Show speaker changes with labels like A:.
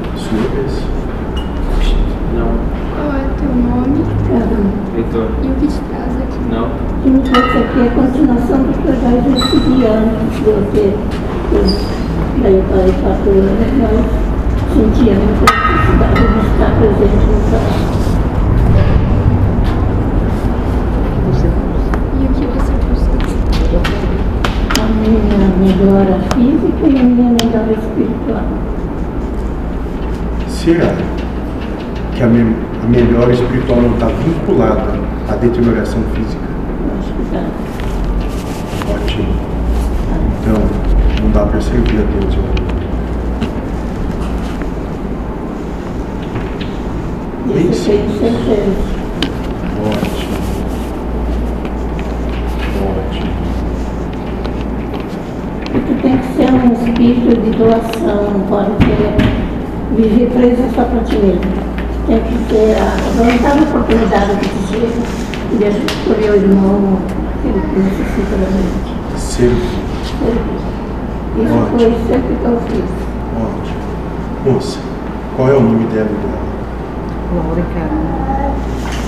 A: cabeça. Não.
B: Qual é teu nome
C: Então,
A: Heitor.
B: e o que te traz aqui?
A: Não.
C: tudo isso aqui é a continuação do projeto de cotidiano que eu fiz da né? Itaipatura, nós sentíamos a é necessidade de estar presente no trabalho.
B: E o que você busca?
C: A minha melhora física e a minha melhora espiritual.
D: Será que a, me- a melhora espiritual não está vinculada à deterioração física?
C: Eu Acho que dá.
D: Ótimo. Então, não dá para servir a Deus. né?
C: Isso eu tenho certeza.
D: Ótimo. Ótimo.
C: Porque tem que ser um espírito de doação, não pode querer viver preso só para ti mesmo. Tem que ser a aproveitar a oportunidade que te chega e de escolher o irmão, aquilo que necessita da gente.
D: Servir.
C: Isso
D: Ótimo.
C: foi sempre que eu fiz.
D: Ótimo. Moça, qual é o nome dela e dela?
E: Laura Carmo.